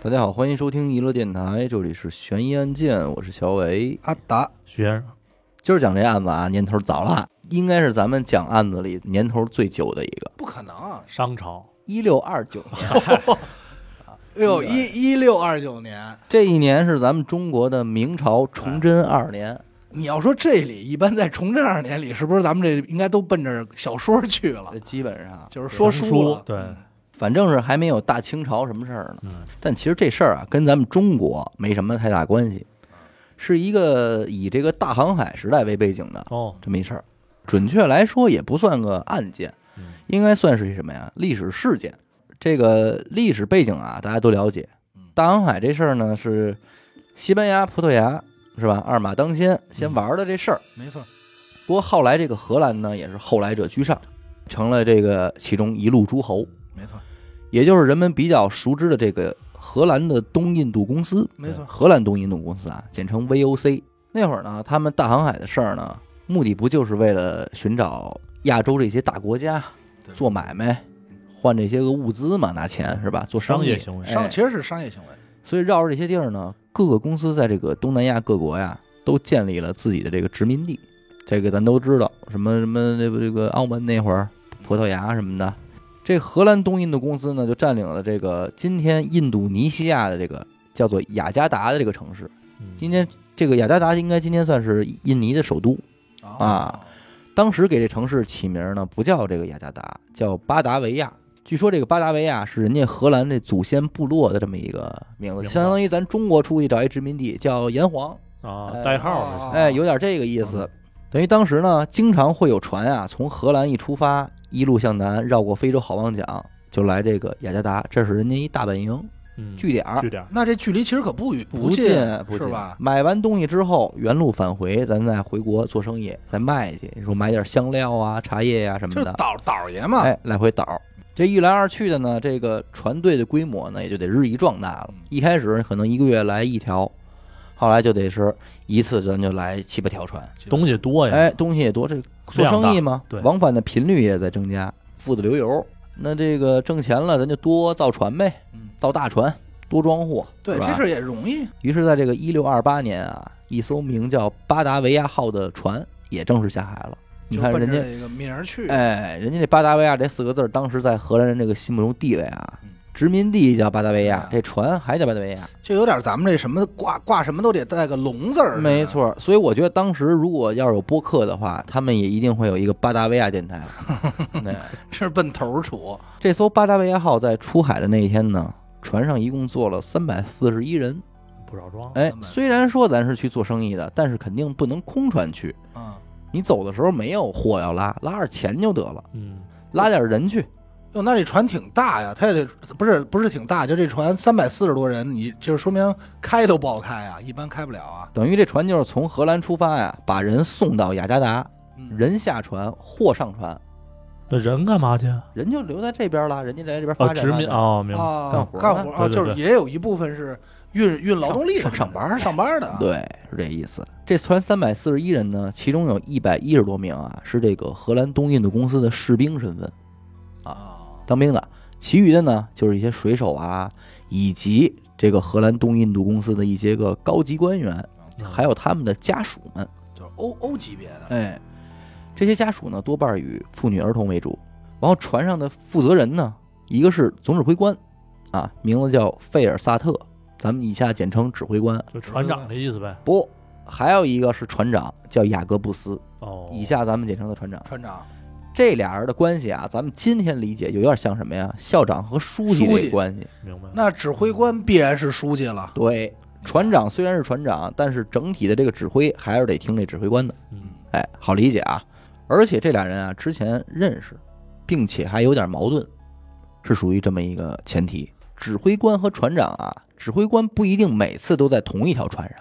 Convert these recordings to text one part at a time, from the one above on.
大家好，欢迎收听娱乐电台，这里是悬疑案件，我是小伟。阿达，徐先生，今儿讲这案子啊，年头早了，应该是咱们讲案子里年头最久的一个，不可能啊，商朝一六二九年。哎呦，一一六二九年， 这一年是咱们中国的明朝崇祯二 年，你要说这里一般在崇祯二年里，是不是咱们这应该都奔着小说去了这？基本上就是说书了，对嗯反正是还没有大清朝什么事儿呢。嗯但其实这事儿啊，跟咱们中国没什么太大关系，是一个以这个大航海时代为背景的哦，这么一事儿。准确来说，也不算个案件，嗯应该算是一什么呀？历史事件。这个历史背景啊，大家都了解嗯。大航海这事儿呢，是西班牙、葡萄牙是吧？二马当先，先玩的这事儿。没错，不过后来这个荷兰呢，也是后来者居上，成了这个其中一路诸侯。没错，也就是人们比较熟知的这个荷兰的东印度公司，没错，荷兰东印度公司啊，简称 VOC。那会儿呢，他们大航海的事儿呢，目的不就是为了寻找亚洲这些大国家对做买卖，换这些个物资嘛，拿钱是吧？做商业业行为哎商其实是商业行为，所以绕着这些地儿呢，各个公司在这个东南亚各国呀，都建立了自己的这个殖民地。这个咱都知道，什么什么这个这个澳门那会儿，葡萄牙什么的。这荷兰东印度公司呢，就占领了这个今天印度尼西亚的这个叫做雅加达的这个城市。嗯今天这个雅加达应该今天算是印尼的首都。啊，当时给这城市起名呢，不叫这个雅加达，叫巴达维亚。据说这个巴达维亚是人家荷兰这祖先部落的这么一个名字，明白相当于咱中国出去找一殖民地叫炎黄，啊哎，代号啊哎，有点这个意思。等于当时呢，经常会有船啊从荷兰一出发，一路向南，绕过非洲好望角，就来这个雅加达，这是人家一大本营是嗯据点儿据。点儿，那这距离其实可不远，不近，不嗯是吧？买完东西之后，原路返回，咱再回国做生意，再卖去。你说买点香料啊、茶叶呀、什么就是的，倒啊倒爷嘛，哎，来回倒。这一来二去的呢，这个船队的规模呢，也就得日益壮大了嗯。一开始可能一个月来一条，后来就得是一次咱就来七八条船。东西多呀，哎，东西也多，这做量生意大嘛，对往返的频率也在增加，富得流油。那这个挣钱了，咱就多造船呗，嗯，造大船，多装货，对，是吧这事儿也容易，于是，在这个一六二八年啊，一艘名叫巴达维亚号的船也正式下海了。你就看奔人着家，这个名儿去，哎，人家这巴达维亚这四个字儿，当时在荷兰人这个心目中地位啊嗯，殖民地叫巴达维亚嗯，这船还叫巴达维亚，就有点咱们这什么挂挂什么都得带个龙字儿，没，错。所以我觉得当时如果要是有播客的话，他们也一定会有一个巴达维亚电台。 对，这是奔头儿处，这艘巴达维亚号在出海的那一天呢，船上一共坐了三百四十一人。不少装，哎， 341虽然说咱是去做生意的，但是肯定不能空船去。嗯。你走的时候没有货要拉，拉点钱就得了，嗯，拉点人去。哟，那这船挺大呀，它也得不是不是挺大，就这船三百四十多人，你就是说明开都不好开啊，一般开不了啊。等于这船就是从荷兰出发呀，把人送到雅加达，嗯，人下船，货上船，那人干嘛去？人就留在这边了，人家来这边发哦，展殖发民展哦，明白，啊，干干活活儿呢啊，对对就是对也有一部分是运运劳动力上上班儿儿上班儿的啊，对，是这意思。这船三百四十一人呢，其中有一百一十多名啊是这个荷兰东印度公司的士兵身份，啊，当兵的，其余的呢就是一些水手啊，以及这个荷兰东印度公司的一些个高级官员，嗯还有他们的家属们。就是欧欧级别的，哎，这些家属呢多半以妇女儿童为主。然后船上的负责人呢，一个是总指挥官，啊，名字叫费尔萨特，咱们以下简称指挥官。就船长的意思呗，不，还有一个是船长，叫雅各布斯，哦，以下咱们简称的船长。船长这俩人的关系啊，咱们今天理解有点像什么呀？校长和书记书的记关系。明白，那指挥官必然是书记了，对，船长虽然是船长，但是整体的这个指挥还是得听这指挥官的。嗯，哎，好理解啊。而且这俩人啊之前认识，并且还有点矛盾，是属于这么一个前提。指挥官和船长啊，指挥官不一定每次都在同一条船上，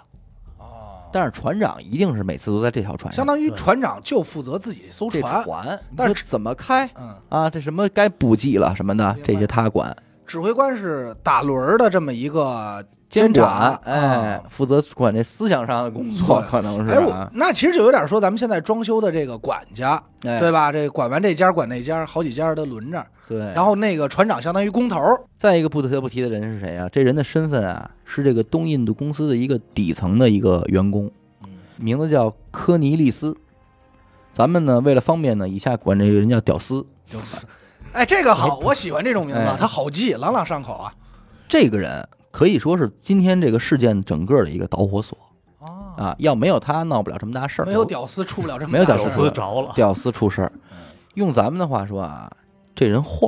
哦，但是船长一定是每次都在这条船上。相当于对船长就负责自己艘这船，船，但但是是怎么开嗯，啊？这什么该补给了什么的明，白这些他管。指挥官是打轮儿的这么一个监察管，，哎啊，负责管这思想上的工作，对可能是哎，我啊，那其实就有点说咱们现在装修的这个管家，哎，对吧？这管完这家管那家，好几家的轮着。对。然后那个船长相当于工头儿， 再一个不得不提的人是谁啊？这人的身份啊，是这个东印度公司的一个底层的一个员工，嗯名字叫科尼利斯。咱们呢，为了方便呢，以下管这个人叫屌丝。就是，哎，这个好，我喜欢这种名字哎，它好记，朗朗上口啊。这个人可以说是今天这个事件整个的一个导火索啊，啊！要没有他，闹不了这么大事儿。没有屌嗯丝出不了这么没有大屌事丝儿丝着了，屌丝出事儿，用咱们的话说啊，这人坏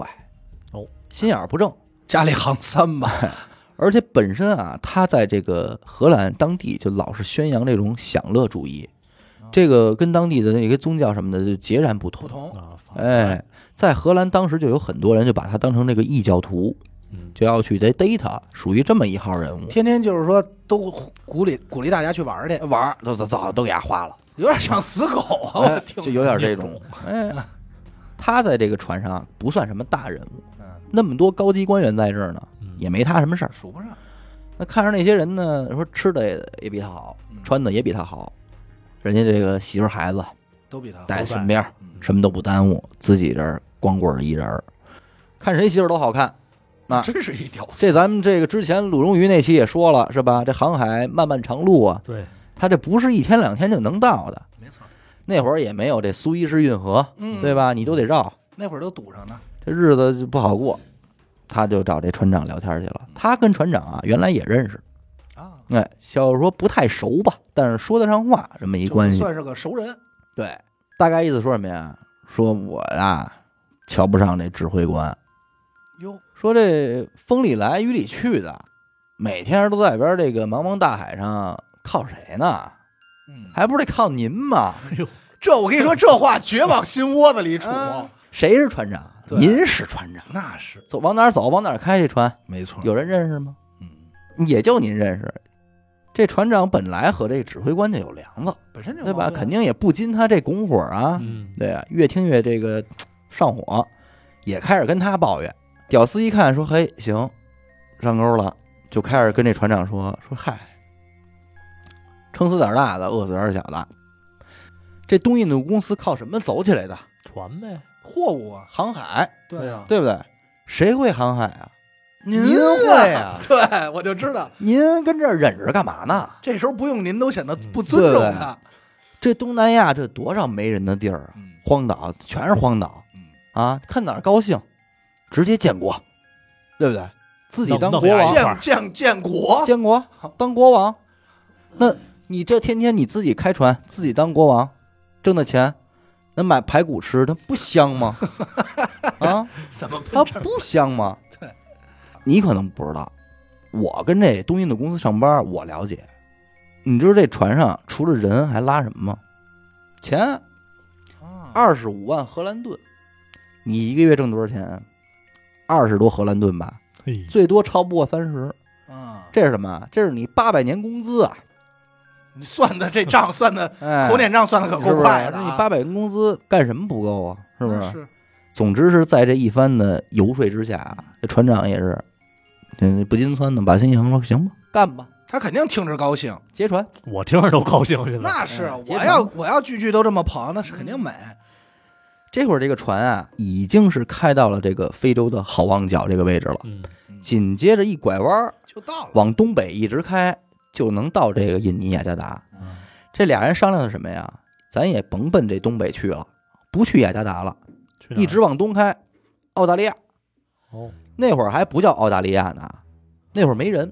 哦，心眼儿不正。家里行 三吧。而且本身啊，他在这个荷兰当地就老是宣扬这种享乐主义，这个跟当地的那个宗教什么的就截然哦不普同。通，啊，反哎，，在荷兰当时就有很多人就把他当成这个异教徒，嗯，就要去得逮他，属于这么一号人物。天天就是说都鼓励鼓励大家去玩儿去，哎玩儿都早早都给他花了，有点像死狗啊！我哎听就有点这你种懂。哎，他在这个船上不算什么大人物，嗯那么多高级官员在这儿呢，嗯也没他什么事儿。数不上，那看着那些人呢，说吃的也也比他好，嗯穿的也比他好，人家这个媳妇儿孩子都比他好带白身边儿，嗯什么都不耽误，自己这儿光棍儿一人儿，看谁媳妇儿都好看。啊真是一屌丝。这咱们这个之前鲁荣鱼那期也说了是吧？这航海漫漫长路啊，对，它这不是一天两天就能到的。没错，那会儿也没有这苏伊士运河，嗯对？吧？你都得绕，那会儿都堵上呢，这日子就不好过。他就找这船长聊天去了。他跟船长啊，原来也认识，啊，哎，小说不太熟吧，但是说得上话，这么一就关系。算是个熟人。对，大概意思说什么呀？说我啊，瞧不上这指挥官，哟，说这风里来雨里去的，每天都在边这个茫茫大海上，靠谁呢？嗯，还不是得靠您吗？这我跟你说，这话绝往心窝子里杵。啊谁是船长？对您是船长，那是走往哪儿走，往哪儿开这船，没错有人认识吗？嗯，也就您认识。这船长本来和这指挥官就有梁子，本身就对吧？矛盾肯定也不禁他这拱火啊。嗯，对啊，越听越这个上火，也开始跟他抱怨。屌丝一看说：“嘿，行，上钩了。”就开始跟这船长说：“说嗨，撑死胆儿大的，饿死胆儿小的。这东印度公司靠什么走起来的？船呗，货物啊，航海，对啊呀，对不对？谁会航海啊？您您会啊？ 对，我就知道，您跟这儿忍着干嘛呢？这时候不用您都显得嗯不尊重对他。这东南亚这多少没人的地儿啊！嗯荒岛全是荒岛，嗯，啊，看哪儿高兴，直接建国，对不对？自己当弄国弄俩王，一块儿建建建国，建国当国王。那你这天天你自己开船，自己当国王，挣的钱，那买排骨吃，那不香吗？ 啊，怎么它喷这儿？不香吗？ 对，你可能不知道，我跟这东印度公司上班，我了解。你知道这船上除了人还拉什么吗？钱，啊二十五万荷兰盾，你一个月挣多少钱啊？二十多荷兰盾吧，嘿，最多超不过三十。啊，这是什么啊？这是你八百年工资啊！你算的这账算的哎，口点账算的可是够不是快的那你啊，八百年工资干什么不够啊？是不是？是？总之是在这一番的游说之下，啊这船长也是，嗯，不禁撺的把心一横说：“行吧，干吧，他肯定听着高兴，劫船。我听着都高兴去了，那是哎我结要成我要句句都这么捧，那是肯定美。”这会儿这个船啊，已经是开到了这个非洲的好望角这个位置了。嗯，紧接着一拐弯儿，就到了，往东北一直开，就能到这个印尼雅加达。嗯这俩人商量的什么呀？咱也甭奔这东北去了，不去雅加达了，去哪儿一直往东开，澳大利亚。哦，那会儿还不叫澳大利亚呢，那会儿没人，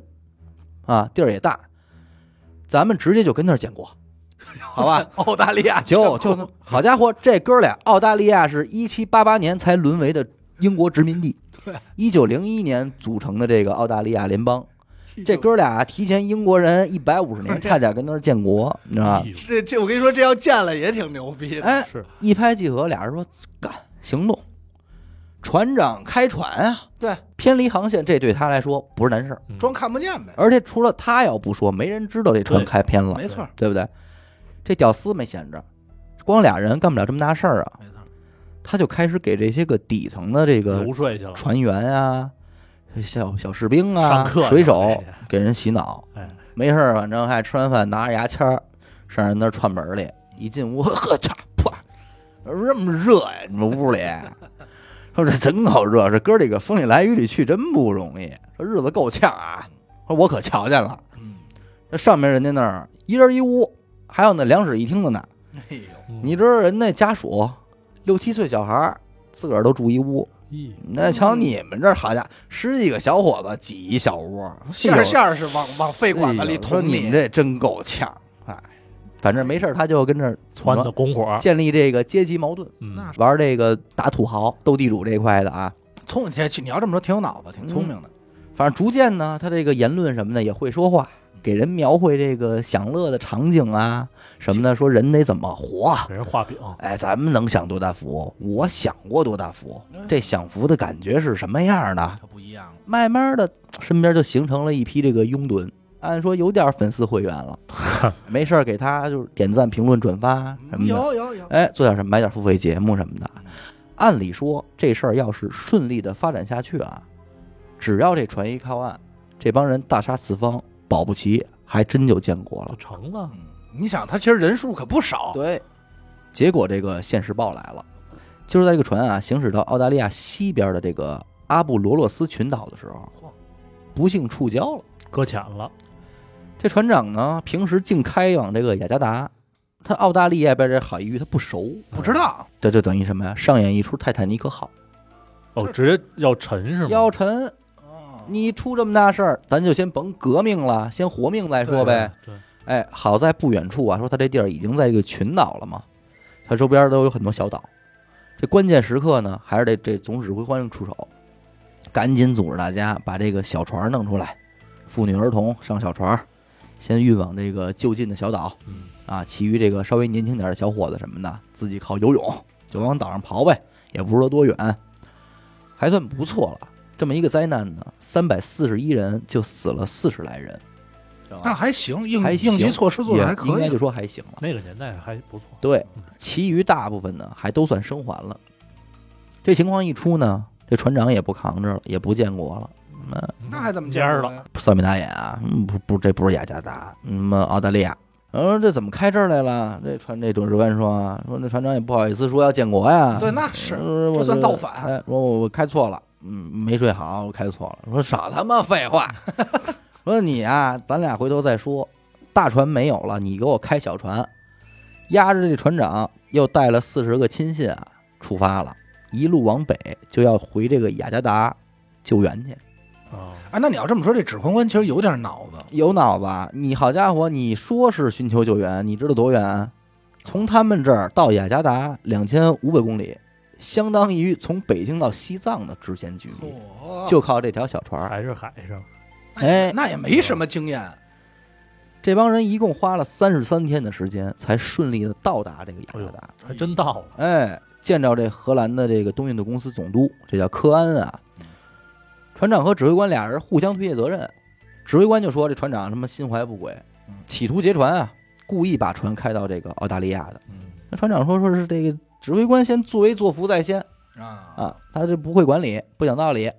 啊，地儿也大，咱们直接就跟那儿建国，好吧？ 澳大利亚就 建就国那好家伙，这哥俩，澳大利亚是一七八八年才沦为的英国殖民地，对，一九零一年组成的这个澳大利亚联邦，这哥俩啊提前英国人一百五十 年，差点跟那儿建国，你知道吧哎？呦这这，我跟你说，这要建了也挺牛逼的。哎，是一拍即合，俩人说干行动，船长开船啊，对，偏离航线，这对他来说不是难事儿。嗯装看不见呗，而且除了他要不说，没人知道这船对开偏了，没错儿，对不对？这屌丝没闲着，光俩人干不了这么大事儿啊，没错儿。他就开始给这些个底层的这个游说去了，船员啊，小小士兵啊、上课呢水手这是给人洗脑，哎，没事儿，反正还吃完饭拿着牙签儿上人那儿串门儿去，一进屋，呵嚓，啪，这么热呀、你们屋里， 说这真够热，这哥几个风里来雨里去真不容易，说日子够呛啊，说我可瞧见了，嗯，这上面人家那儿一人一屋，还有那两室一厅的呢，哎呦，嗯你知道人那家属六七岁小孩儿自个儿都住一屋，咦那瞧你们这儿好家伙，十几个小伙子挤一小屋，馅哎儿呦馅儿是往往肺管子哎里呦说捅你们这真够呛，哎，反正没事儿他就跟这儿窜的拱火儿，建立这个阶级矛盾，嗯那玩这个打土豪、斗地主这一块的啊。聪，其实你要这么说挺有脑子，挺聪明的。反正逐渐呢，他这个言论什么的也会说话，给人描绘这个享乐的场景啊什么的，说人得怎么活。给人画饼，哎，咱们能享多大福？我享过多大福？嗯这啊享福的感觉是什么样的？可不一样了，慢慢的，身边就形成了一批这个拥趸，按说有点粉丝会员 了，没事儿给他就是点赞、评论、转发什么的，有有有，哎，做点什么，买点付费节目什么的。按理说这事儿要是顺利的发展下去啊，只要这船一靠岸，这帮人大杀四方，保不齐还真就建国就了。成了。嗯，你想他其实人数可不少，对，结果这个现世报来了，就是在这个船啊行驶到澳大利亚西边的这个阿布罗洛斯群岛的时候嚯，不幸触礁了。搁浅了，这船长呢，平时净开往这个雅加达，他澳大利亚边这海域他不熟，不知道这就等于什么呀？上演一出泰坦尼克号，哦，直接要沉是吗？要沉，哦你出这么大事儿，咱就先甭革命了，先活命再说呗。对，对，哎，好在不远处啊，说他这地儿已经在这个群岛了嘛，他周边都有很多小岛。这关键时刻呢，还是得这总指挥官出手，赶紧组织大家把这个小船弄出来，妇女儿童上小船，先运往这个就近的小岛。嗯，啊，其余这个稍微年轻点的小伙子什么的，自己靠游泳就往岛上刨呗，也不是说多远，还算不错了。这么一个灾难呢，三百四十一人就死了四十来人，知道那吧？还行，应还行应急措施做的还也应可该以就，说还行了。那个年代还不错。对嗯，其余大部分呢还都算生还了。这情况一出呢，这船长也不扛着了，也不建国了。那那还怎么蔫儿了了？呀？扫眉打眼啊，嗯，不不，这不是雅加达，嗯，澳大利亚。然后这怎么开这儿来了？这船这董事官说啊，说那船长也不好意思说要建国呀，对，那是呃这我算造反哎，我我我开错了，嗯，没睡好，我开错了。说少他妈废话， 说你啊，咱俩回头再说。大船没有了，你给我开小船。压着这船长又带了四十个亲信啊，出发了，一路往北就要回这个雅加达救援去。啊，啊，那你要这么说，这指挥官其实有点脑子，有脑子，你好家伙，你说是寻求救援，你知道多远？从他们这儿到雅加达两千五百公里，相当于从北京到西藏的直线距哦离，嗯就靠这条小船儿。还是海上，哎，那也没什么经验，这帮人一共花了三十三天的时间，才顺利的到达这个雅加达。还真到了。哎，见着这荷兰的这个东印度公司总督，这叫科恩啊。船长和指挥官俩人互相推卸责任，指挥官就说这船长他妈心怀不轨嗯，企图劫船啊，故意把船开到这个澳大利亚的。嗯那船长说说是这个指挥官先作威作福在先啊，啊，他这不会管理，不讲道理。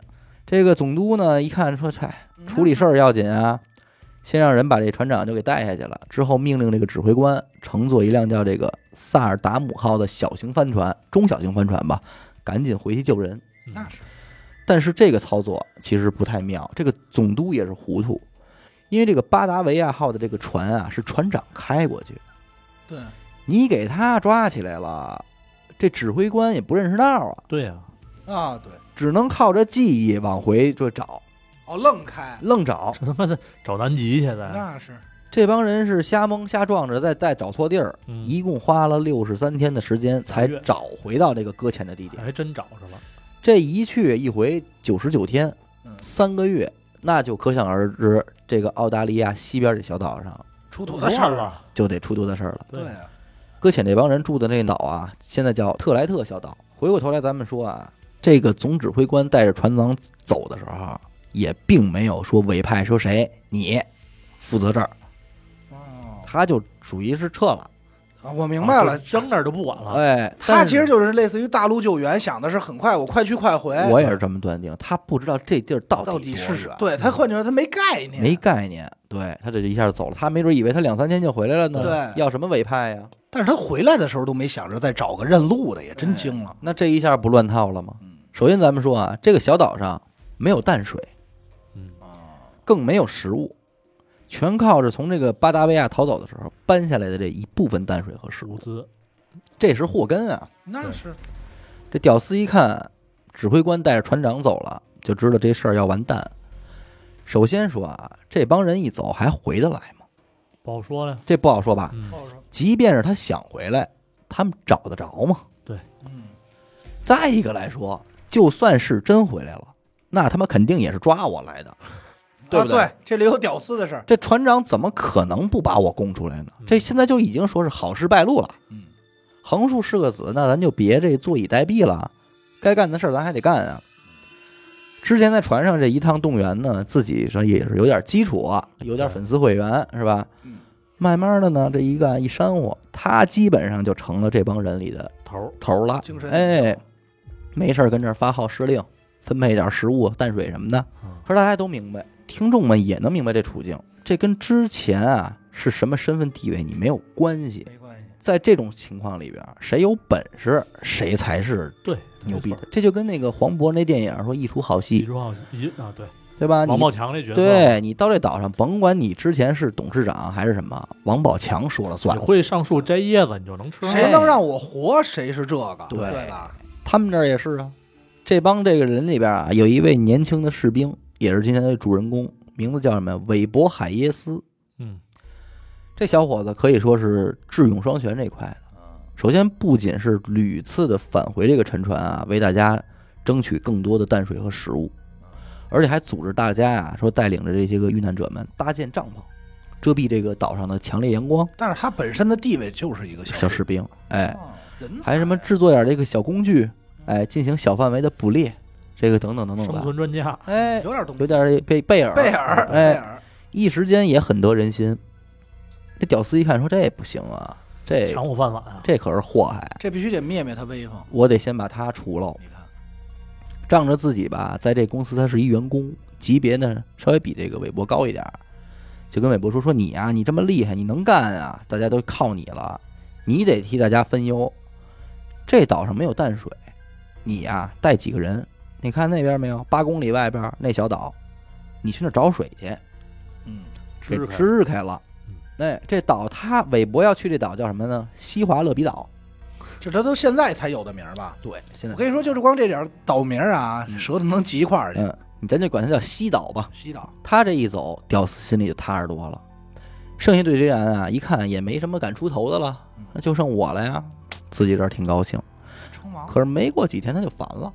这个总督呢一看说，嗨，处理事儿要紧啊，先让人把这船长就给带下去了，之后命令这个指挥官乘坐一辆叫这个萨尔达姆号的小型帆船，中小型帆船吧，赶紧回去救人。嗯那是但是这个操作其实不太妙，这个总督也是糊涂，因为这个巴达维亚号的这个船啊是船长开过去，对，你给他抓起来了，这指挥官也不认识道啊，对呀，啊对，只能靠着记忆往回就找，哦愣开，愣找。这他妈的找南极嗯现在，那是这帮人是瞎蒙瞎撞着，再再找错地儿，嗯一共花了六十三天的时间才月哎找回到这个搁浅的地点。还真找着了。这一去一回九十九天嗯，三个月，那就可想而知，这个澳大利亚西边这小岛上出土的事儿，啊了，就得出多大事儿了。对啊对，啊，搁浅这帮人住的那岛啊，现在叫特莱特小岛。回过头来，咱们说啊，这个总指挥官带着船长走的时候，也并没有说委派说啊谁你负责这儿，哦他就属于是撤了。啊啊我明白了就，扔那儿就不管了。哎，他其实就是类似于大陆救援，想的是很快，我快去快回。我也是这么断定，他不知道这地儿到哎到底底多是谁远？嗯对他换句话，他没概念，没概念，对他这就一下走了，他没准以为他两三天就回来了呢，对要什么委派呀？但是他回来的时候都没想着再找个认路的，也哎真惊了。那这一下不乱套了吗？嗯首先咱们说啊，这个小岛上没有淡水，嗯，啊，更没有食物，全靠着从这个巴达维亚逃走的时候搬下来的这一部分淡水和食物，物资这是祸根啊！那对是这屌丝一看，指挥官带着船长走了，就知道这事儿要完蛋。首先说啊，这帮人一走还回得来吗？不好说了。这不好说吧？嗯，即便是他想回来，他们找得着吗？嗯，再一个来说，就算是真回来了，那他妈肯定也是抓我来的，对啊不对？对，这里有屌丝的事儿。这船长怎么可能不把我供出来呢？嗯这现在就已经说是好事败露了。嗯，横竖是个子，那咱就别这坐以待毙了，该干的事儿咱还得干啊。之前在船上这一趟动员呢，自己说也是有点基础啊，有点粉丝会员是吧嗯？慢慢的呢，这一干一煽乎，他基本上就成了这帮人里的头儿头了。嗯精神哎，没事儿跟这儿发号施令，分配点食物、淡水什么的。嗯可是大家都明白，听众们也能明白这处境，这跟之前啊是什么身份地位你没有关系。没关系，在这种情况里边，谁有本事，谁才是对牛逼没的错。这就跟那个黄渤那电影说“一出好一戏中好一啊，对，”，对吧？你王宝强这角色，对你到这岛上，甭管你之前是董事长还是什么，王宝强说了算你。会上树摘叶子，你就能吃了。谁能让我活，谁是这个，对对吧？他们这儿也是啊，这帮这个人里边啊，有一位年轻的士兵，也是今天的主人公，名字叫什么呀？韦伯海耶斯。嗯，这小伙子可以说是智勇双全这一块的。首先，不仅是屡次的返回这个沉船啊，为大家争取更多的淡水和食物，而且还组织大家呀、说带领着这些个遇难者们搭建帐篷，遮蔽这个岛上的强烈阳光。但是他本身的地位就是一个小士兵，哎，啊人才还什么制作点这个小工具，哎，进行小范围的捕猎，这个等等等等生吧。存专家，哎，有点东西有。点儿贝贝尔，贝尔，贝哎，尔，一时间也很得人心。这屌丝一看说这不行啊，这抢我饭碗啊！这可是祸害，这必须得灭灭他威风。我得先把他除了。你看，仗着自己吧，在这公司他是一员工，级别呢稍微比这个韦伯高一点儿，就跟韦伯说说你啊，你这么厉害，你能干啊，大家都靠你了，你得替大家分忧。这岛上没有淡水，你呀、带几个人，你看那边没有，八公里外边那小岛，你去那儿找水去。嗯，给支开支开了嗯。哎，这岛他韦伯要去这岛叫什么呢？西华勒比岛。这这都现在才有的名儿吧？对，现在我跟你说，就是光这点儿岛名儿啊，舌头能挤一块儿去。嗯，你咱就管它叫西岛吧。西岛，他这一走，屌丝心里就踏实多了。剩下队之员啊，一看也没什么敢出头的了嗯，那就剩我了呀，自己这儿挺高兴。称王。可是没过几天他就烦了，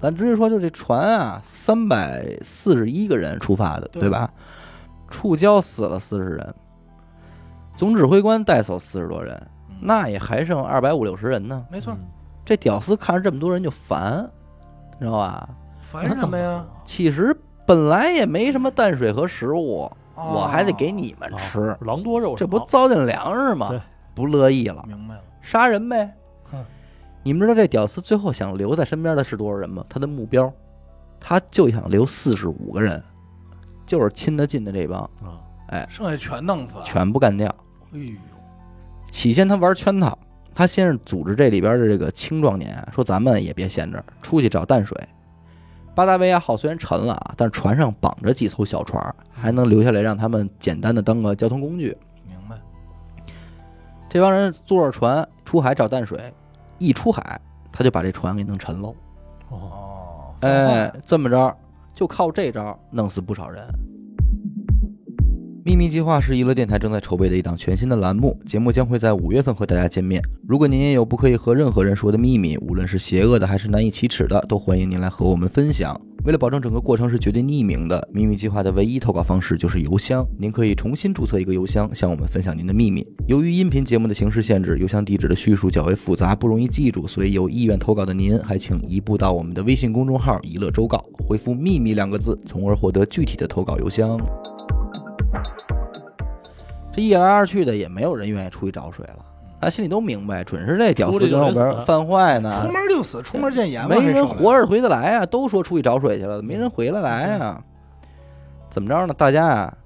咱直接说，就这船啊，三百四十一个人出发的，对对吧？触礁死了四十人，总指挥官带走四十多人，嗯那也还剩二百五六十人呢。没错，嗯，这屌丝看着这么多人就烦，你知道吧？烦什么呀？啊其实本来也没什么淡水和食物，哦我还得给你们啊？吃，狼多肉少，这不糟践粮食吗对？不乐意了，哦明白了，杀人呗哼。你们知道这屌丝最后想留在身边的是多少人吗？他的目标，他就想留四十五个人，就是亲得近的这帮啊？剩下全弄死。全部干掉。哎呦，起先他玩圈套，他先是组织这里边的这个青壮年啊，说咱们也别闲着，出去找淡水。巴达维亚号虽然沉了啊，但船上绑着几艘小船儿，还能留下来让他们简单的当个交通工具。明白。这帮人坐着船出海找淡水，一出海他就把这船给弄沉喽。哦，哦，哎，这么着，就靠这招弄死不少人。秘密计划是娱乐电台正在筹备的一档全新的栏目，节目将会在五月份和大家见面。如果您也有不可以和任何人说的秘密，无论是邪恶的还是难以启齿的，都欢迎您来和我们分享。为了保证整个过程是绝对匿名的，秘密计划的唯一投稿方式就是邮箱。您可以重新注册一个邮箱，向我们分享您的秘密。由于音频节目的形式限制，邮箱地址的叙述较为复杂，不容易记住，所以有意愿投稿的您，还请移步到我们的微信公众号“一乐周告”，回复“秘密”两个字，从而获得具体的投稿邮箱。这这一来二去的，也没有人愿意出去找水了。他心里都明白，准是这屌丝跟后边犯坏呢，出门就死，出门见阎王，没人活着。着回得来啊！都说出去找水去了，没人回得来啊！怎么着呢？大家啊，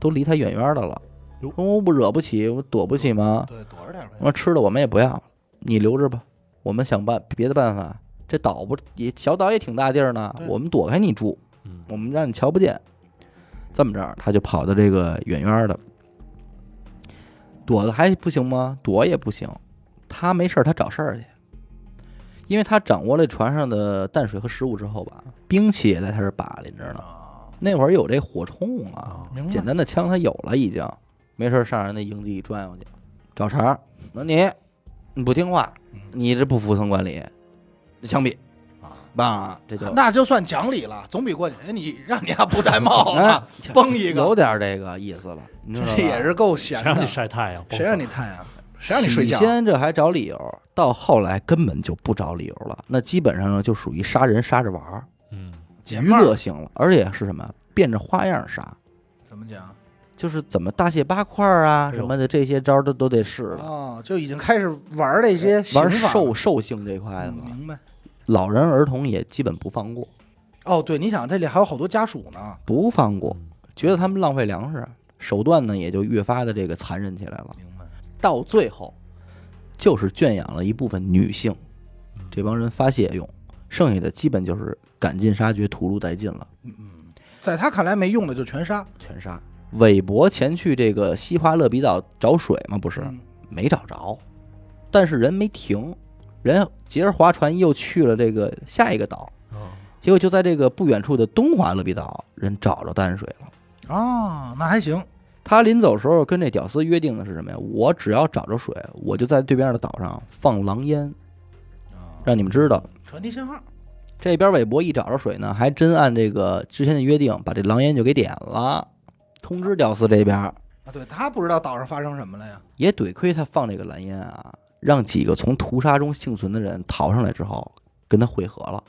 都离他远远的了。哟说我不惹不起，我躲不起吗？对，躲着点呗。说吃的我们也不要了，你留着吧，我们想办别的办法。这岛不也小岛也挺大地儿呢对，我们躲开你住，嗯我们让你瞧不见。这么着，他就跑到这个远远的，躲的还不行吗？躲也不行，他没事儿，他找事儿去，因为他掌握了船上的淡水和食物之后吧，兵器也在他这儿把拎着呢。啊，那会儿有这火铳啊，啊，明简白。单的枪他有了已经，没事儿上人那营地一转悠去，找茬儿。说你你不听话，你这不服从管理，枪毙嗯啊！棒，这就那就算讲理了，总比过去。哎，你让你丫不戴帽哎子，啊崩一个有点儿这个意思了，你知道吧？这也是够闲谁让的你。晒太阳？谁让你你太阳？谁让你睡觉起？先这还找理由，到后来根本就不找理由了，那基本上就属于杀人杀着玩儿，嗯解娱闷儿乐性了，而且是什么变着花样杀，怎么讲？就是怎么大卸八块儿啊哎呦什么的这些招儿都都得试了，哦，就已经开始玩那些刑玩法兽了兽性这块的嗯了。明白。老人儿童也基本不放过，哦，对，你想这里还有好多家属呢。不放过，嗯觉得他们浪费粮食，啊手段呢也就越发的这个残忍起来了。明白。到最后，就是圈养了一部分女性，嗯这帮人发泄用，剩下的基本就是赶尽杀绝、屠戮殆尽了，嗯，在他看来没用的就全杀。全杀。韦伯前去这个西华勒比岛找水嘛，不是嗯没找着，但是人没停，人接着划船又去了这个下一个岛，啊结果就在这个不远处的东华勒比岛，人找着淡水了。哦，那还行。他临走时候跟这屌丝约定的是什么呀？我只要找着水，我就在对面的岛上放狼烟，让你们知道。传递信号。啊这边韦伯一找着水呢，还真按这个之前的约定，把这狼烟就给点了，通知屌丝这边。啊，对他不知道岛上发生什么了呀。也得亏他放这个蓝烟啊，让几个从屠杀中幸存的人逃上来之后，跟他会合了，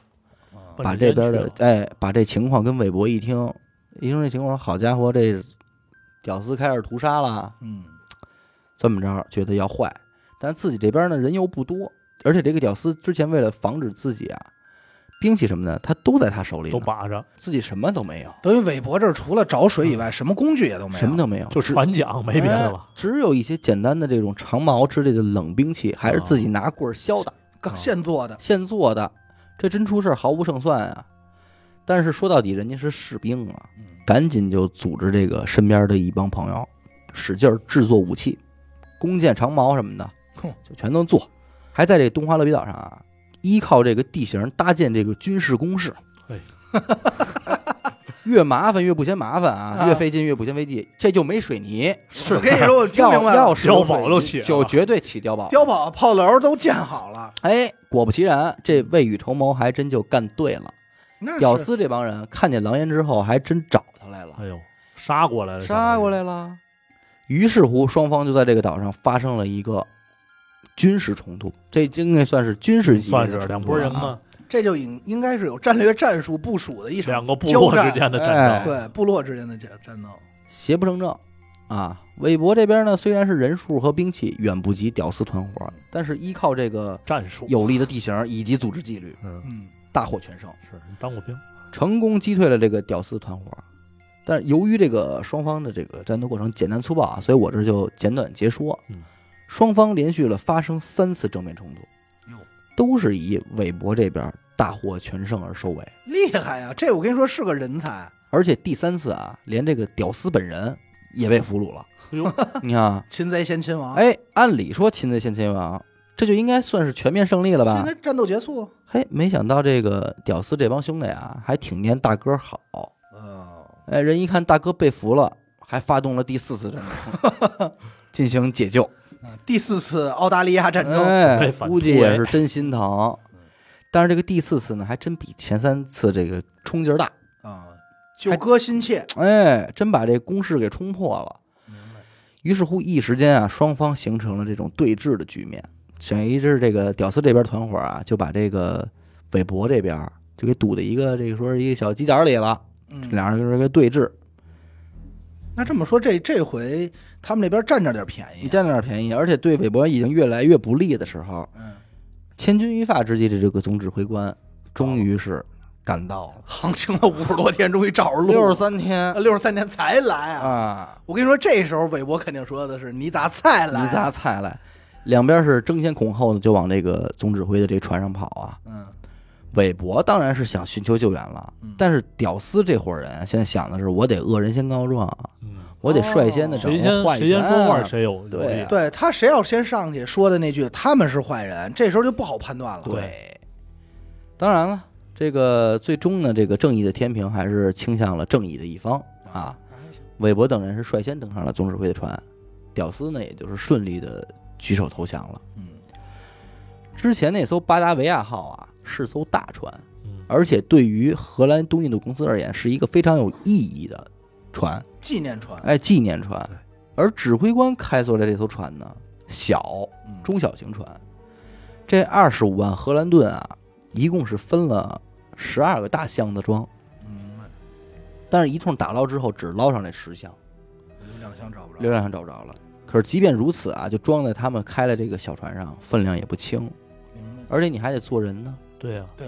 奔把着这烟边去的了哎，把这情况跟韦伯一听，一听这情况，好家伙，这屌丝开始屠杀了。嗯，这么着觉得要坏，但自己这边呢人又不多，而且这个屌丝之前为了防止自己啊兵器什么的，他都在他手里呢，都把着，自己什么都没有，等于韦伯这儿除了找水以外，什么工具也都没有。嗯什么都没有，就只船桨没别的了。哎只有一些简单的这种长矛之类的冷兵器，还是自啊己拿棍儿削的，刚现做的。现做的，这真出事儿毫无胜算啊！但是说到底，人家是士兵啊，嗯，赶紧就组织这个身边的一帮朋友，使劲儿制作武器，弓箭、长矛什么的哼，就全都做。还在这东华勒比岛上啊，依靠这个地形搭建这个军事工事嘿。 越麻烦越不嫌麻烦啊，啊越费劲越不嫌费劲。这就没水泥，是我跟你说，我听要明白要了，是有碉堡水泥都起来就了绝对起碉堡。碉堡、炮楼都建好了。哎，果不其然，这未雨绸缪还真就干对了。那是屌丝这帮人看见狼烟之后，还真找他来了。哎呦，杀过哎来了，杀过来了。于是乎，双方就在这个岛上发生了一个军事冲突，这应该算是军事级别算的冲突是两拨人了啊嘛，这就应应该是有战略战术部署的一场两个部落之间的哎战争。对部落之间的战战斗。邪不胜正啊。韦伯这边呢，虽然是人数和兵器远不及屌丝团伙，但是依靠这个战术，有利的地形以及组织纪律，嗯，嗯，大获全胜，是你当过兵，成功击退了这个屌丝团伙。但是由于这个双方的这个战斗过程简单粗暴啊，所以我这就简短截说啊嗯。双方连续了发生三次正面冲突，哟，都是以韦伯这边大获全胜而收尾。厉害呀！这我跟你说是个人才，而且第三次啊，连这个屌丝本人也被俘 虏了。哎 呦，你看啊，擒贼先擒王。，哎，按理说擒贼先擒王，这就应该算是全面胜利了应吧？该战斗结束。嘿，没想到这个屌丝这帮兄弟啊，还挺念大哥好。哦，哎，人一看大哥被俘了，还发动了第四次战争， 进行解救。嗯第四次澳大利亚战争，哎备，反估计扑也哎是真心疼。但是这个第四次呢，还真比前三次这个冲劲儿大。啊，就割心切。哎，真把这攻势给冲破了。明白。于是乎，一时间啊，双方形成了这种对峙的局面。等于是这个屌丝这边团伙啊，就把这个韦伯这边儿就给堵在一个这个说是一个小犄角里了，嗯，俩人就是个对峙。那这么说，这这回他们那边占着点便你宜，占那点便宜，而且对韦伯已经越来越不利的时候，嗯，千钧一发之际的这个总指挥官，终于是赶到了，行情了五十多天，终于找着路了，六十三天啊六十三天才来啊！啊，我跟你说，这时候韦伯肯定说的是你咋才你来？啊咋？菜来？两边是争先恐后的就往这个总指挥的这船上跑啊。嗯韦伯当然是想寻求救援了，嗯但是屌丝这伙人现在想的是，我得恶人先告状啊，嗯，我得率先的找谁先人啊换一谁先说话圈谁有有利对啊对他谁要先上去说的那句他们是坏人，这时候就不好判断了。对，当然了，这个最终呢，这个正义的天平还是倾向了正义的一方啊。哎行韦伯等人是率先登上了总指挥的船，屌丝呢也就是顺利的举手投降了。嗯，之前那艘巴达维亚号啊是艘大船，嗯，而且对于荷兰东印度公司而言是一个非常有意义的船，纪念船，哎，纪念船对。而指挥官开出来这艘船呢，小嗯中小型船，这二十五万荷兰盾啊，一共是分了十二个大箱子装，嗯明白，但是一通打捞之后只捞上来十箱。有两箱找不着。流量上找不着了。可是即便如此啊，就装在他们开了这个小船上，分量也不轻，明白，而且你还得做人呢。对啊呀，对，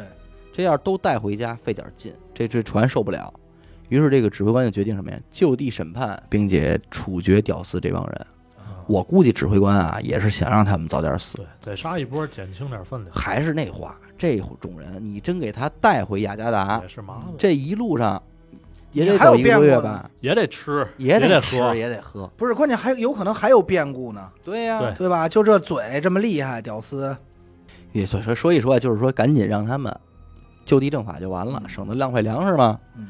这要是都带回家，费点劲，这这船受不了。于是这个指挥官就决定什么呀？就地审判，并且处决屌丝这帮人。啊我估计指挥官啊，也是想让他们早点死。对，再杀一波，减轻点分量，还是那话，这种人你真给他带回雅加达也，是麻烦，啊这一路上也你得还有走一个多变月过呢吧，也得吃，也得吃，喝，也得喝。不是关键还有可能还有变故呢，对呀、对对吧？就这嘴这么厉害，屌丝，也所说所以说啊，就是说赶紧让他们就地正法就完了，嗯省得浪费粮食嘛。嗯，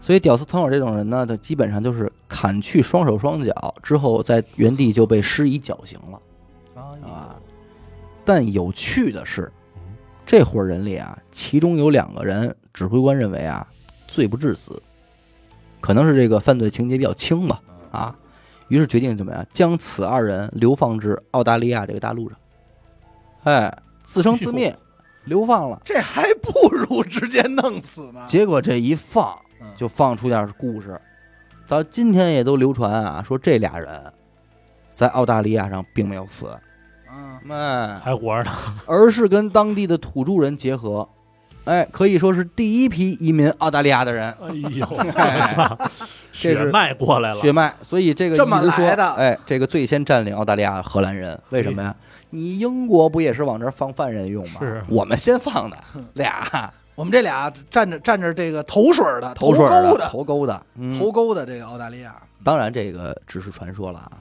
所以屌丝腾尔这种人呢，他基本上就是砍去双手双脚之后，在原地就被施以绞刑了啊啊，。但有趣的是，嗯这伙人里啊，其中有两个人，指挥官认为啊，罪不至死，可能是这个犯罪情节比较轻吧啊。于是决定怎么样，将此二人流放至澳大利亚这个大陆上，哎，自生自灭，流放了。这还哎不如直接弄死呢。结果这一放啊嗯就放出点故事，到今天也都流传啊，说这俩人在澳大利亚上并没有死，啊，嗯，还活着呢，而是跟当地的土著人结合，哎，可以说是第一批移民澳大利亚的人哎呦， 这血是脉过来了，血脉，所以这个这么一直说来的嗯哎，这个最先占领澳大利亚的荷兰人，为什么呀？你英国不也是往这儿放犯人用吗？是啊我们先放的 俩我们这俩站着站着这个头水儿的头水钩儿的的头钩的，嗯头钩的这个澳大利亚，当然，这个只是传说了啊。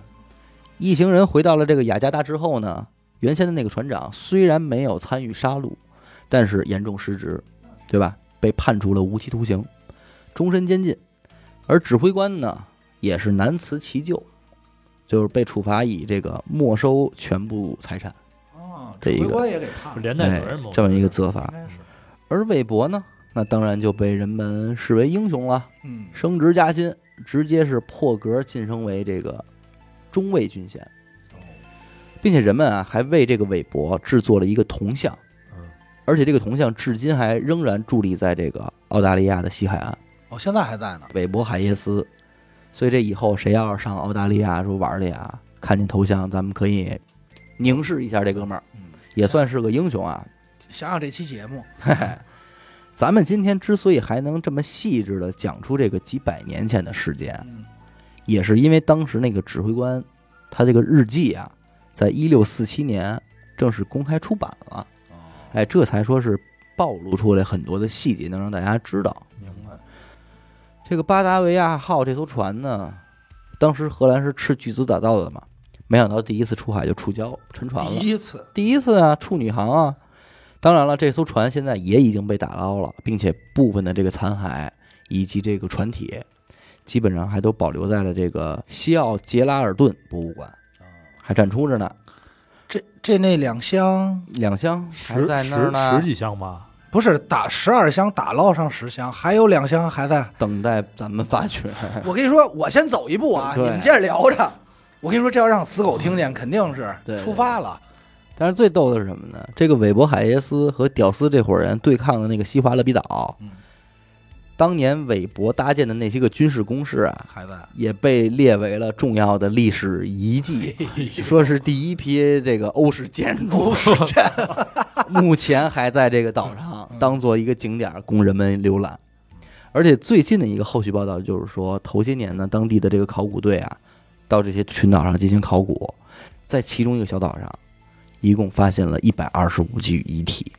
一行人回到了这个雅加达之后呢，原先的那个船长虽然没有参与杀戮，但是严重失职，对吧？被判处了无期徒刑，终身监禁。而指挥官呢，也是难辞其咎，就是被处罚以这个没收全部财产，哦，这一个指挥官也给判了，连带哎责任嘛，这么一个责罚应。该是，而韦伯呢，那当然就被人们视为英雄了，嗯，升职加薪，直接是破格晋升为这个中尉军衔。并且人们啊还为这个韦伯制作了一个铜像，嗯，而且这个铜像至今还仍然伫立在这个澳大利亚的西海岸哦，现在还在呢，韦伯海耶斯。所以这以后谁要是上澳大利亚说玩儿去啊，看见头像，咱们可以凝视一下这哥们儿，嗯，也算是个英雄啊。想想这期节目，咱们今天之所以还能这么细致的讲出这个几百年前的事件，啊嗯，也是因为当时那个指挥官他这个日记啊，在一六四七年正式公开出版了。哦，哎，这才说是暴露出来很多的细节，能让大家知道明白，这个巴达维亚号这艘船呢，当时荷兰是斥巨资打造的嘛，没想到第一次出海就触礁沉船了第。一次，第一次啊，处女航啊。当然了，这艘船现在也已经被打捞了，并且部分的这个残骸以及这个船体，基本上还都保留在了这个西奥杰拉尔顿博物馆，哦，还展出着呢。这这那两箱两箱还十在那儿十呢十，几箱吧，嗯不是打十二箱打捞上十箱，还有两箱还在。等待咱们发掘。我跟你说，我先走一步啊，你对啊们接着聊着。我跟你说，这要让死狗听见，肯定是对出发了。但是最逗的是什么呢？这个韦伯海耶斯和屌丝这伙人对抗的那个西华勒比岛，嗯当年韦伯搭建的那些个军事工事啊，还在也被列为了重要的历史遗迹，说是第一批这个欧式建筑， 目前还在这个岛上当做一个景点儿供人们浏览。而且最近的一个后续报道就是说，头些年呢，当地的这个考古队啊，到这些群岛啊上进行考古，在其中一个小岛上，一共发现了一百二十五具遗体，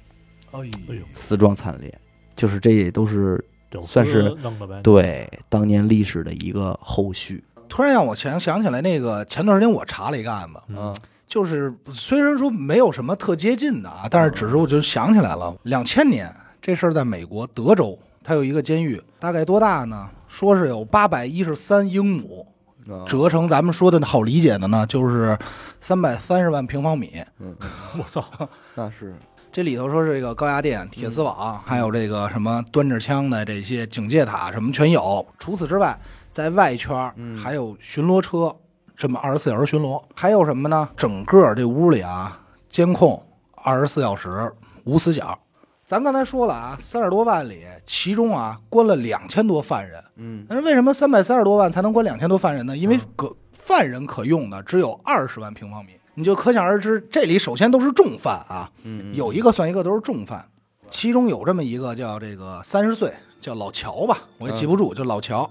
哎呦，死状惨烈。就是这也都是屌丝算是弄的呗。，对当年历史的一个后续。突然让我想想起来，那个前段时间我查了一个案子，嗯，就是虽然说没有什么特接近的啊，但是只是我就想起来了，两千年这事儿在美国德州，它有一个监狱，大概多大呢？说是有八百一十三英亩，嗯折成咱们说的好理解的呢，就是三百三十万平方米。嗯，我操，那是这里头说是这个高压电、铁丝网，还有这个什么端着枪的这些警戒塔，什么全有。除此之外，在外圈儿嗯还有巡逻车，这么二十四小时巡逻。还有什么呢？整个这屋里啊，监控二十四小时无死角。咱刚才说了啊，三十多万里，其中啊关了两千多犯人。嗯，但是为什么三百三十多万才能关两千多犯人呢？因为嗯可犯人可用的只有二十万平方米，你就可想而知，这里首先都是重犯啊。嗯有一个算一个都是重犯，其中有这么一个叫这个三十岁叫老乔吧，我也记嗯不住，就老乔，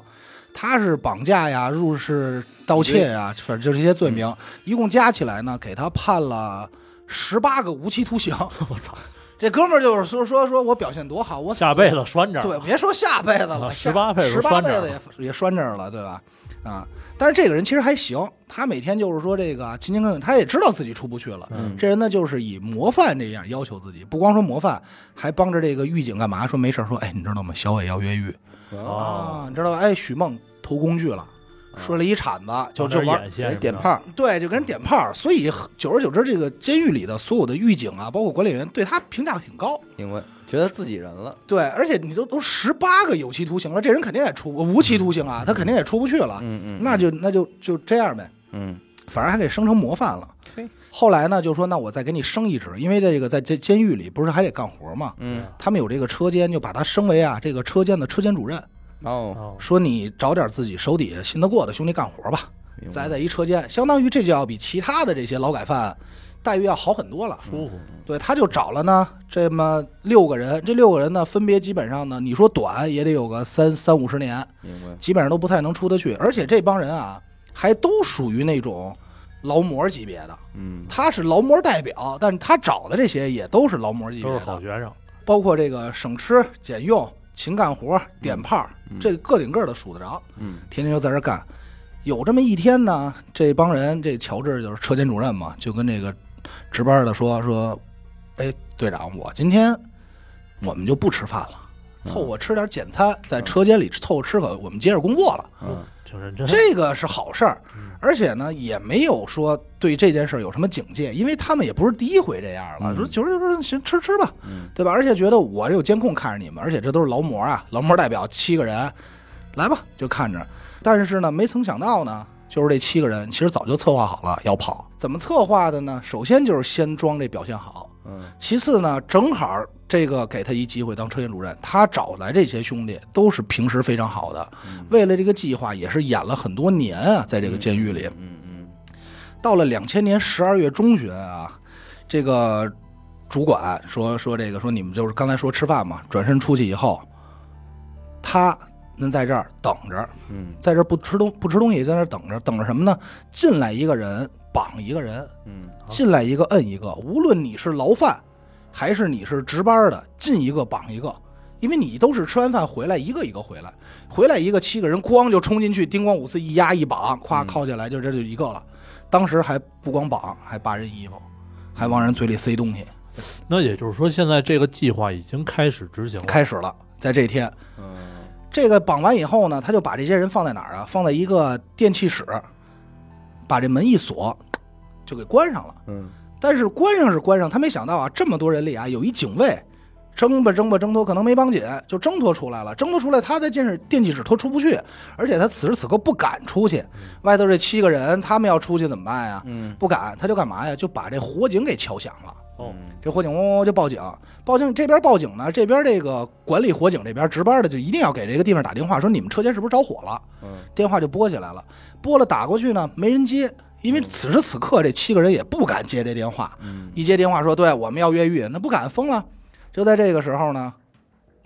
他是绑架呀、入室盗窃呀，反正就是这些嗯罪名，一共加起来呢，给他判了十八个无期徒刑。我操，这哥们儿就是说说说我表现多好，我死下辈子拴着。对，别说下辈子啊了， 18辈子十八拴辈这儿子也也拴这儿了，对吧？啊，但是这个人其实还行，他每天就是说这个勤勤恳恳，他也知道自己出不去了。嗯这人呢，就是以模范这样要求自己，不光说模范，还帮着这个狱警干嘛？说没事儿，说哎，你知道吗？小伟要越狱啊啊，你知道吧？哎，许梦投工具了，摔了一铲子，就就往那儿玩。哎眼线什么的点，炮，对，就跟人点炮，所以久而久之，这个监狱里的所有的狱警啊，包括管理员，对他评价挺高。因为觉得自己人了，对，而且你都都十八个有期徒刑了，这人肯定也出不无期徒刑啊，他肯定也出不去了，嗯嗯那就那就就这样呗，嗯反正还给升成模范了嘿。后来呢，就说那我再给你升一职，因为这个在监监狱里不是还得干活嘛，嗯他们有这个车间，就把他升为啊这个车间的车间主任，哦，哦，说你找点自己手底下信得过的兄弟干活吧，明白栽在一车间，相当于这就要比其他的这些劳改犯待遇要好很嗯多了。舒服，对，他就找了呢这么六个人，这六个人呢，分别基本上呢，你说短也得有个三三五十年，明白，基本上都不太能出得去。而且这帮人啊，还都属于那种劳模级别的，嗯他是劳模代表，但是他找的这些也都是劳模级别都是好的，学生。包括这个省吃俭用、勤干活、点炮，嗯这个顶个儿的数得着，嗯天天就在这儿干。有这么一天呢，这帮人，这乔治就是车间主任嘛，就跟这个值班的说说，哎，队长，我今天我们就不吃饭了，嗯凑合吃点简餐，在车间里凑合吃口，我们接着工作了。嗯挺认真，这个是好事儿嗯，而且呢，也没有说对这件事儿有什么警戒，因为他们也不是第一回这样了，嗯说就是就是行吃吃吧，嗯对吧？而且觉得我有监控看着你们，而且这都是劳模啊，劳模代表七个人，来吧，就看着。但是呢，没曾想到呢，就是这七个人其实早就策划好了要跑，怎么策划的呢？首先就是先装这表现好，嗯其次呢，正好这个给他一机会当车间主任，他找来这些兄弟都是平时非常好的，为了这个计划也是演了很多年啊，在这个监狱里。嗯嗯到了两千年十二月中旬啊，这个主管说说这个说你们就是刚才说吃饭嘛，转身出去以后，他恁在这儿等着，嗯在这儿不吃东不吃东西，在那儿等着，等着什么呢？进来一个人绑一个人，嗯进来一个摁一个，无论你是牢犯还是你是值班的，进一个绑一个，因为你都是吃完饭回来一个一个回来，回来一个七个人咣就冲进去，叮咣五四一压一绑，咵嗯靠下来就这就一个了。当时还不光绑，还扒人衣服，还往人嘴里塞东西，那也就是说，现在这个计划已经开始执行了。开始了。在这天，嗯这个绑完以后呢，他就把这些人放在哪儿啊？放在一个电器室，把这门一锁，就给关上了。嗯但是关上是关上，他没想到啊，这么多人里啊，有一警卫挣吧挣吧挣脱，可能没绑紧，就挣脱出来了。挣脱出来，他在电视电器室他出不去，而且他此时此刻不敢出去。外头这七个人，他们要出去怎么办呀？嗯不敢，他就干嘛呀？就把这火警给敲响了。哦，这火警嗡嗡嗡就报警，报警这边报警呢，这边这个管理火警这边值班的就一定要给这个地方打电话，说你们车间是不是着火了？嗯，电话就拨起来了，拨了打过去呢没人接，因为此时此刻这七个人也不敢接这电话，嗯一接电话说对我们要越狱，那不敢疯了。就在这个时候呢，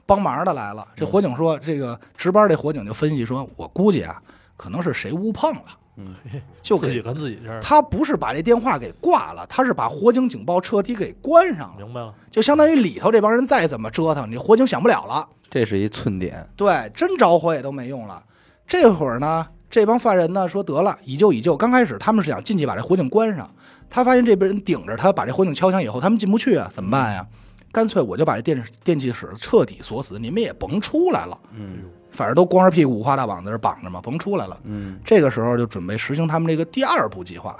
帮忙的来了。这火警说，这个值班这火警就分析说，我估计啊，可能是谁误碰了，嗯就自己给跟自己这儿，他不是把这电话给挂了，他是把火警警报彻底给关上了，明白了，就相当于里头这帮人再怎么折腾，你火警响不了了。这是一寸点，对，真着火也都没用了。这会儿呢，这帮犯人呢说得了，以旧以旧。刚开始他们是想进去把这火警关上，他发现这边人顶着他把这火警敲响以后，他们进不去啊，怎么办呀？干脆我就把这电电器室彻底锁死，你们也甭出来了，哎呦嗯，反正都光着屁股五花大绑在这绑着嘛，甭出来了。嗯这个时候就准备实行他们这个第二步计划，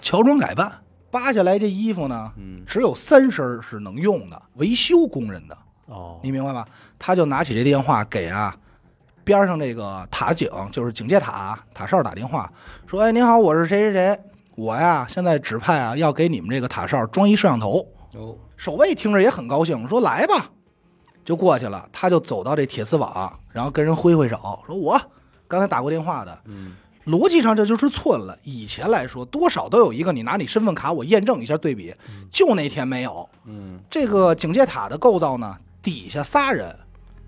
乔装改扮，扒下来这衣服呢，嗯只有三身儿是能用的，维修工人的。哦，你明白吧？他就拿起这电话给啊边儿上这个塔警，就是警戒塔塔哨打电话，说：“哎，您好，我是谁谁谁，我呀现在指派啊要给你们这个塔哨装一摄像头。哦”守卫听着也很高兴，说：“来吧。”就过去了，他就走到这铁丝网，然后跟人挥挥手，说我：“刚才打过电话的。”嗯逻辑上这就是寸了。以前来说，多少都有一个你拿你身份卡我验证一下对比，就那天没有。嗯这个警戒塔的构造呢，底下仨人，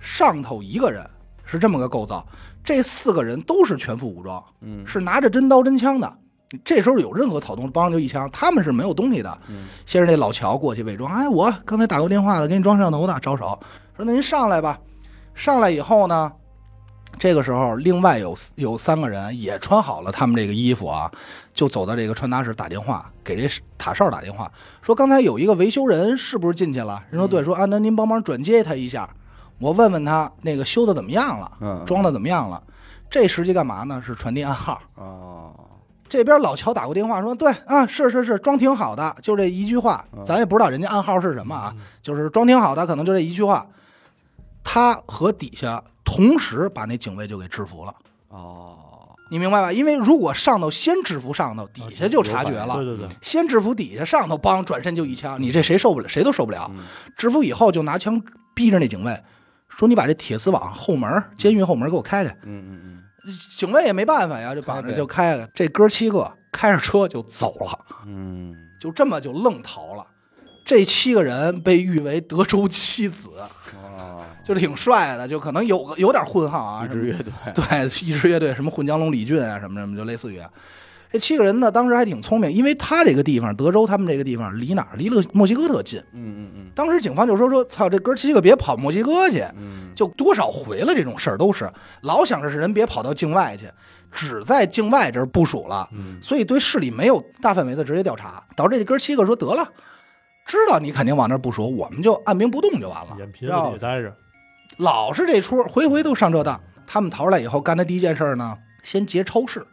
上头一个人，是这么个构造。这四个人都是全副武装，嗯是拿着真刀真枪的。这时候有任何草动，帮就一枪，他们是没有东西的。先是那老乔过去伪装，哎，我刚才打过电话了，给你装摄像头的，招手说那您上来吧。上来以后呢，这个时候另外有有三个人也穿好了他们这个衣服啊，就走到这个传达室打电话，给这塔哨打电话，说刚才有一个维修人是不是进去了？人说对，说啊，那您帮忙转接他一下，我问问他那个修的怎么样了，嗯装的怎么样了。这实际干嘛呢？是传递暗号。哦，这边老乔打过电话说，对啊，是是是，装挺好的，就这一句话，咱也不知道人家暗号是什么啊，就是装挺好的，可能就这一句话。他和底下同时把那警卫就给制服了，哦，你明白吧？因为如果上头先制服上头，底下就察觉对了。嗯对对，先制服底下，上头帮转身就一嗯枪，你这谁受不了？谁都受不了。制服以后就拿枪逼着那警卫，说：“你把这铁丝网后门、监狱后门给我开开。”嗯嗯警卫也没办法呀，就绑着就开了。这哥七个开着车就走了，嗯就这么就愣逃了。这七个人被誉为德州七子，嗯，哦，就是挺帅的，就可能有个有点混号啊，一什支么乐队，对，一支乐队什么混江龙李俊啊，什么什么，就类似于这七个人呢，当时还挺聪明，因为他这个地方，德州他们这个地方离哪儿？离了墨西哥特近。嗯嗯嗯当时警方就说说，操，这哥七个别跑墨西哥去，嗯，就多少回了这种事儿都是，老想着是人别跑到境外去，只在境外这儿部署了，嗯，所以对市里没有大范围的直接调查，导致这哥七个说得了，知道你肯定往那儿部署，我们就按兵不动就完了，眼皮子底下待着，老是这出，回回都上这当。他们逃出来以后干的第一件事儿呢，先劫超市，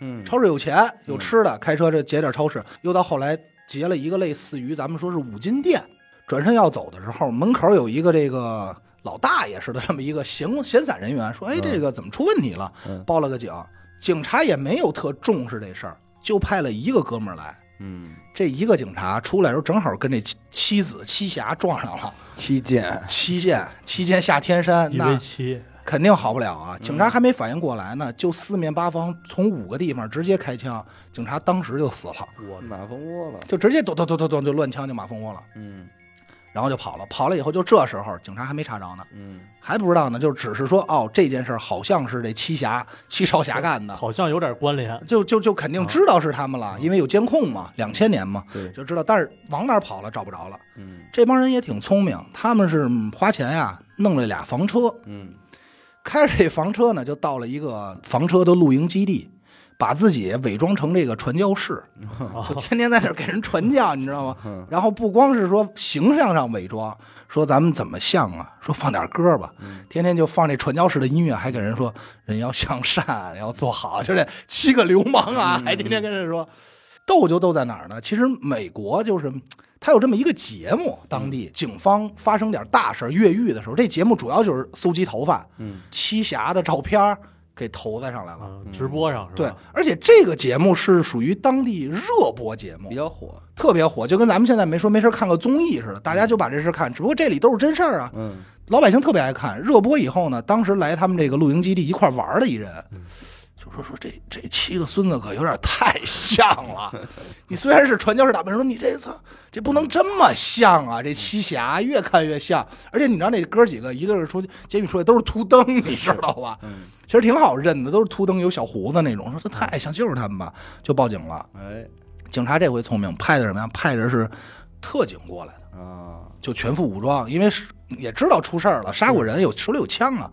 嗯超市有钱有吃的，开车这劫点超市，又到后来劫了一个类似于咱们说是五金店，转身要走的时候，门口有一个这个老大爷似的这么一个闲工闲散人员，说：“哎，嗯这个怎么出问题了嗯？”报了个警，警察也没有特重视这事儿，就派了一个哥们儿来。嗯，这一个警察出来时候，正好跟这妻妻子七侠撞上 了。七剑，七剑，七剑下天山，一那 v 七，肯定好不了嗯啊！警察还没反应过来呢，就四面八方从五个地方直接开枪，警察当时就死了，我马蜂窝了，就直接咚咚咚咚咚就乱枪就马蜂窝了，嗯然后就跑了。跑了以后，就这时候警察还没查着呢，嗯还不知道呢，就只是说哦这件事儿好像是这七侠七少侠干的，好像有点关啊联，就就就肯定知道是他们了，因为有监控嘛，两千年嘛对，就知道。但是往哪儿跑了找不着了。嗯这帮人也挺聪明，他们是嗯花钱呀、弄了俩房车，嗯开着这房车呢，就到了一个房车的露营基地，把自己伪装成这个传教士，啊 就天天在那儿给人传教，你知道吗哦嗯？然后不光是说形象上伪装，说咱们怎么像啊，说放点歌吧，嗯天天就放这传教士的音乐，还给人说人要向善，要做好，就这七个流氓啊，嗯还天天跟人说。逗就逗在哪儿呢？其实美国就是嗯它有这么一个节目，当嗯地警方发生点大事儿越狱的时候，这节目主要就是搜集头发，嗯哦七侠的照片儿，给投在上来了。嗯，直播上是吧？对，而且这个节目是属于当地热播节目比，较火，特别火，就跟咱们现在没说没事看个综艺似的，大家就把这事看。只不过这里都是真事儿啊，嗯，老百姓特别爱看。热播以后呢，当时来他们这个露营基地一块玩儿的一人嗯，就说说这这七个孙子可有点太像了。 你虽然是传教士打扮，说你这操这不能这么像啊！这七侠越看越像，而且你知道那哥几个，一个是出监狱出来都是秃灯，你知道吧？嗯，其实挺好认的，都是秃灯有小胡子那种。说这太像，就是他们吧，就报警了。哎警察这回聪明，派的什么呀？派的是特警过来的，啊，就全副武装，因为是也知道出事儿了，杀过人，有手里有枪啊，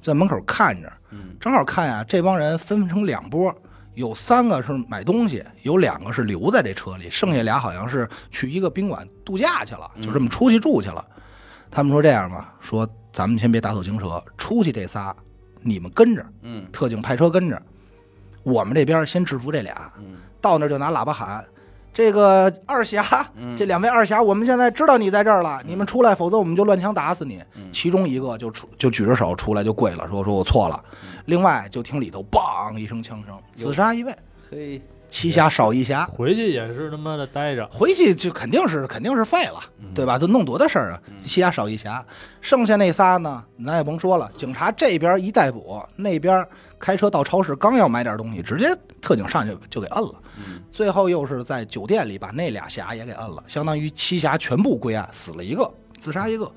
在门口看着，嗯正好看呀、这帮人分成两拨，有三个是买东西，有两个是留在这车里，剩下俩好像是去一个宾馆度假去了，嗯就这么出去住去了。他们说这样吧，说咱们先别打草惊蛇，出去这仨你们跟着，嗯特警派车跟着，我们这边先制服这俩，嗯到那儿就拿喇叭喊：“这个二侠，这两位二侠，我们现在知道你在这儿了，你们出来，否则我们就乱枪打死你。”其中一个就出就举着手出来就跪了，说：“说我错了。”另外就听里头梆一声枪声，死杀一位，嘿，七侠少一侠。回去也是他妈的待着，回去就肯定是肯定是废了，对吧？都弄多大事儿啊！七侠少一侠，剩下那仨呢，咱也甭说了。警察这边一逮捕，那边开车到超市，刚要买点东西，直接特警上去就给摁了。最后又是在酒店里把那俩侠也给摁了，相当于七侠全部归案，死了一个，自杀一个。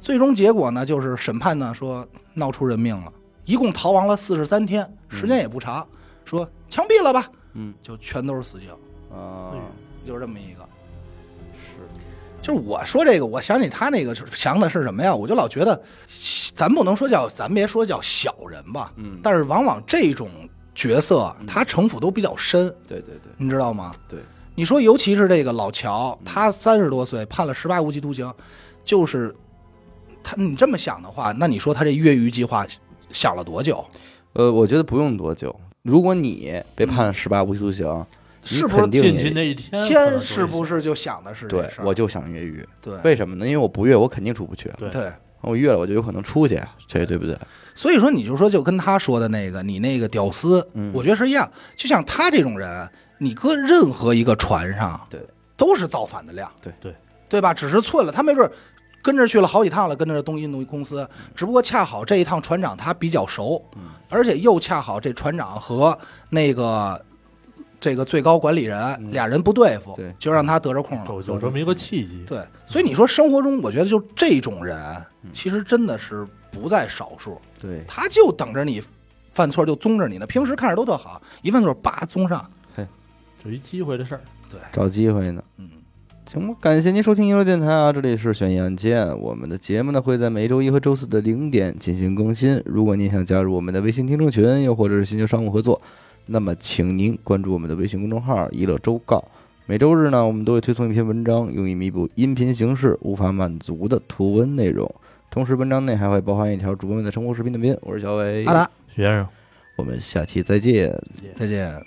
最终结果呢，就是审判呢说闹出人命了，一共逃亡了四十三天，时间也不长，说枪毙了吧，嗯就全都是死刑，啊，就是这么一个。是，就是我说这个，我想起他那个是想的是什么呀？我就老觉得，咱不能说叫，咱别说叫小人吧，嗯，但是往往这种角色，他城府都比较深，对对对你知道吗？对，嗯你说，尤其是这个老乔，他三十多岁，判了十八无期徒刑，就是他，你这么想的话，那你说他这越狱计划想了多久？呃，我觉得不用多久，如果你被判十八无期徒刑，你是不是肯定进也去那一天可能天就是不是就想的是这对事儿？我就想越狱，对为什么呢？因为我不越，我肯定出不去。对对，我越了，我就有可能出去，啊这对不对？所以说，你就说就跟他说的那个，你那个屌丝，嗯我觉得是一样。就像他这种人，你搁任何一个船上，对，都是造反的料，对对对吧？只是寸了，他没准儿跟着去了好几趟了，跟着东印度公司，嗯只不过恰好这一趟船长他比较熟，而且又恰好这船长和那个这个最高管理人俩人不对付，嗯对嗯就让他得着空了。有有这么一个契机，对，所以你说生活中，我觉得就这种人，嗯其实真的是不在少数。对，他就等着你犯错就宗着你呢。平时看着都特好，一犯错叭宗上。就一机会的事儿。找机会呢。嗯，行吧，感谢您收听娱乐电台啊，这里是悬疑案件。我们的节目呢会在每周一和周四的零点进行更新。如果您想加入我们的微信听众群，又或者是寻求商务合作，那么请您关注我们的微信公众号“娱乐周告”。每周日呢，我们都会推送一篇文章，用以弥补音频形式无法满足的图文内容。同时，文章内还会包含一哎条主播们的生活视频短片。我是小伟，阿达，徐先生，我们下期再见。再见。